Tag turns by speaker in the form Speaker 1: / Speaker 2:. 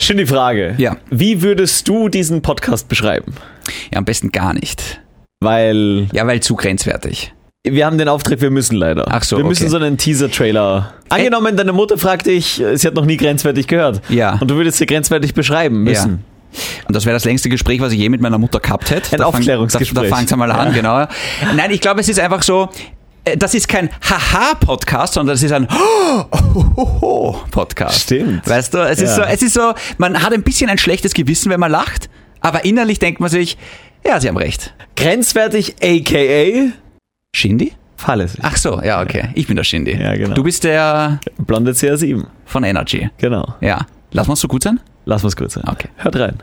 Speaker 1: Schöne Frage.
Speaker 2: Ja.
Speaker 1: Wie würdest du diesen Podcast beschreiben?
Speaker 2: Ja, am besten gar nicht.
Speaker 1: Weil
Speaker 2: Ja, weil zu grenzwertig.
Speaker 1: wir haben den Auftritt, wir müssen leider.
Speaker 2: Ach so,
Speaker 1: Wir müssen
Speaker 2: okay.
Speaker 1: so einen Teaser-Trailer. Angenommen, deine Mutter fragt dich, äh, sie hat noch nie grenzwertig gehört.
Speaker 2: Ja.
Speaker 1: Und du würdest sie grenzwertig beschreiben müssen.
Speaker 2: Und das wäre das längste Gespräch, was ich je mit meiner Mutter gehabt hätte.
Speaker 1: Ein
Speaker 2: Da fang- Da,
Speaker 1: Aufklärungsgespräch.
Speaker 2: da fangt's einmal an, genau. Nein, ich glaube, es ist einfach so, äh, das ist kein Haha-Podcast, sondern es ist ein Podcast.
Speaker 1: Stimmt.
Speaker 2: Weißt du, es, ist
Speaker 1: Ja.
Speaker 2: so, es ist so, man hat ein bisschen ein schlechtes Gewissen, wenn man lacht, aber innerlich denkt man sich, ja, sie haben recht.
Speaker 1: Grenzwertig, a.k.a.
Speaker 2: Shindy?
Speaker 1: fahrlässig.
Speaker 2: Ach so, ja, okay. Ich bin der Shindy.
Speaker 1: Ja, genau.
Speaker 2: Du bist der
Speaker 1: Blonde CR7.
Speaker 2: von Energy.
Speaker 1: Genau.
Speaker 2: Ja. Lass mal so gut sein?
Speaker 1: Lass uns kurz sein.
Speaker 2: Okay.
Speaker 1: Hört rein.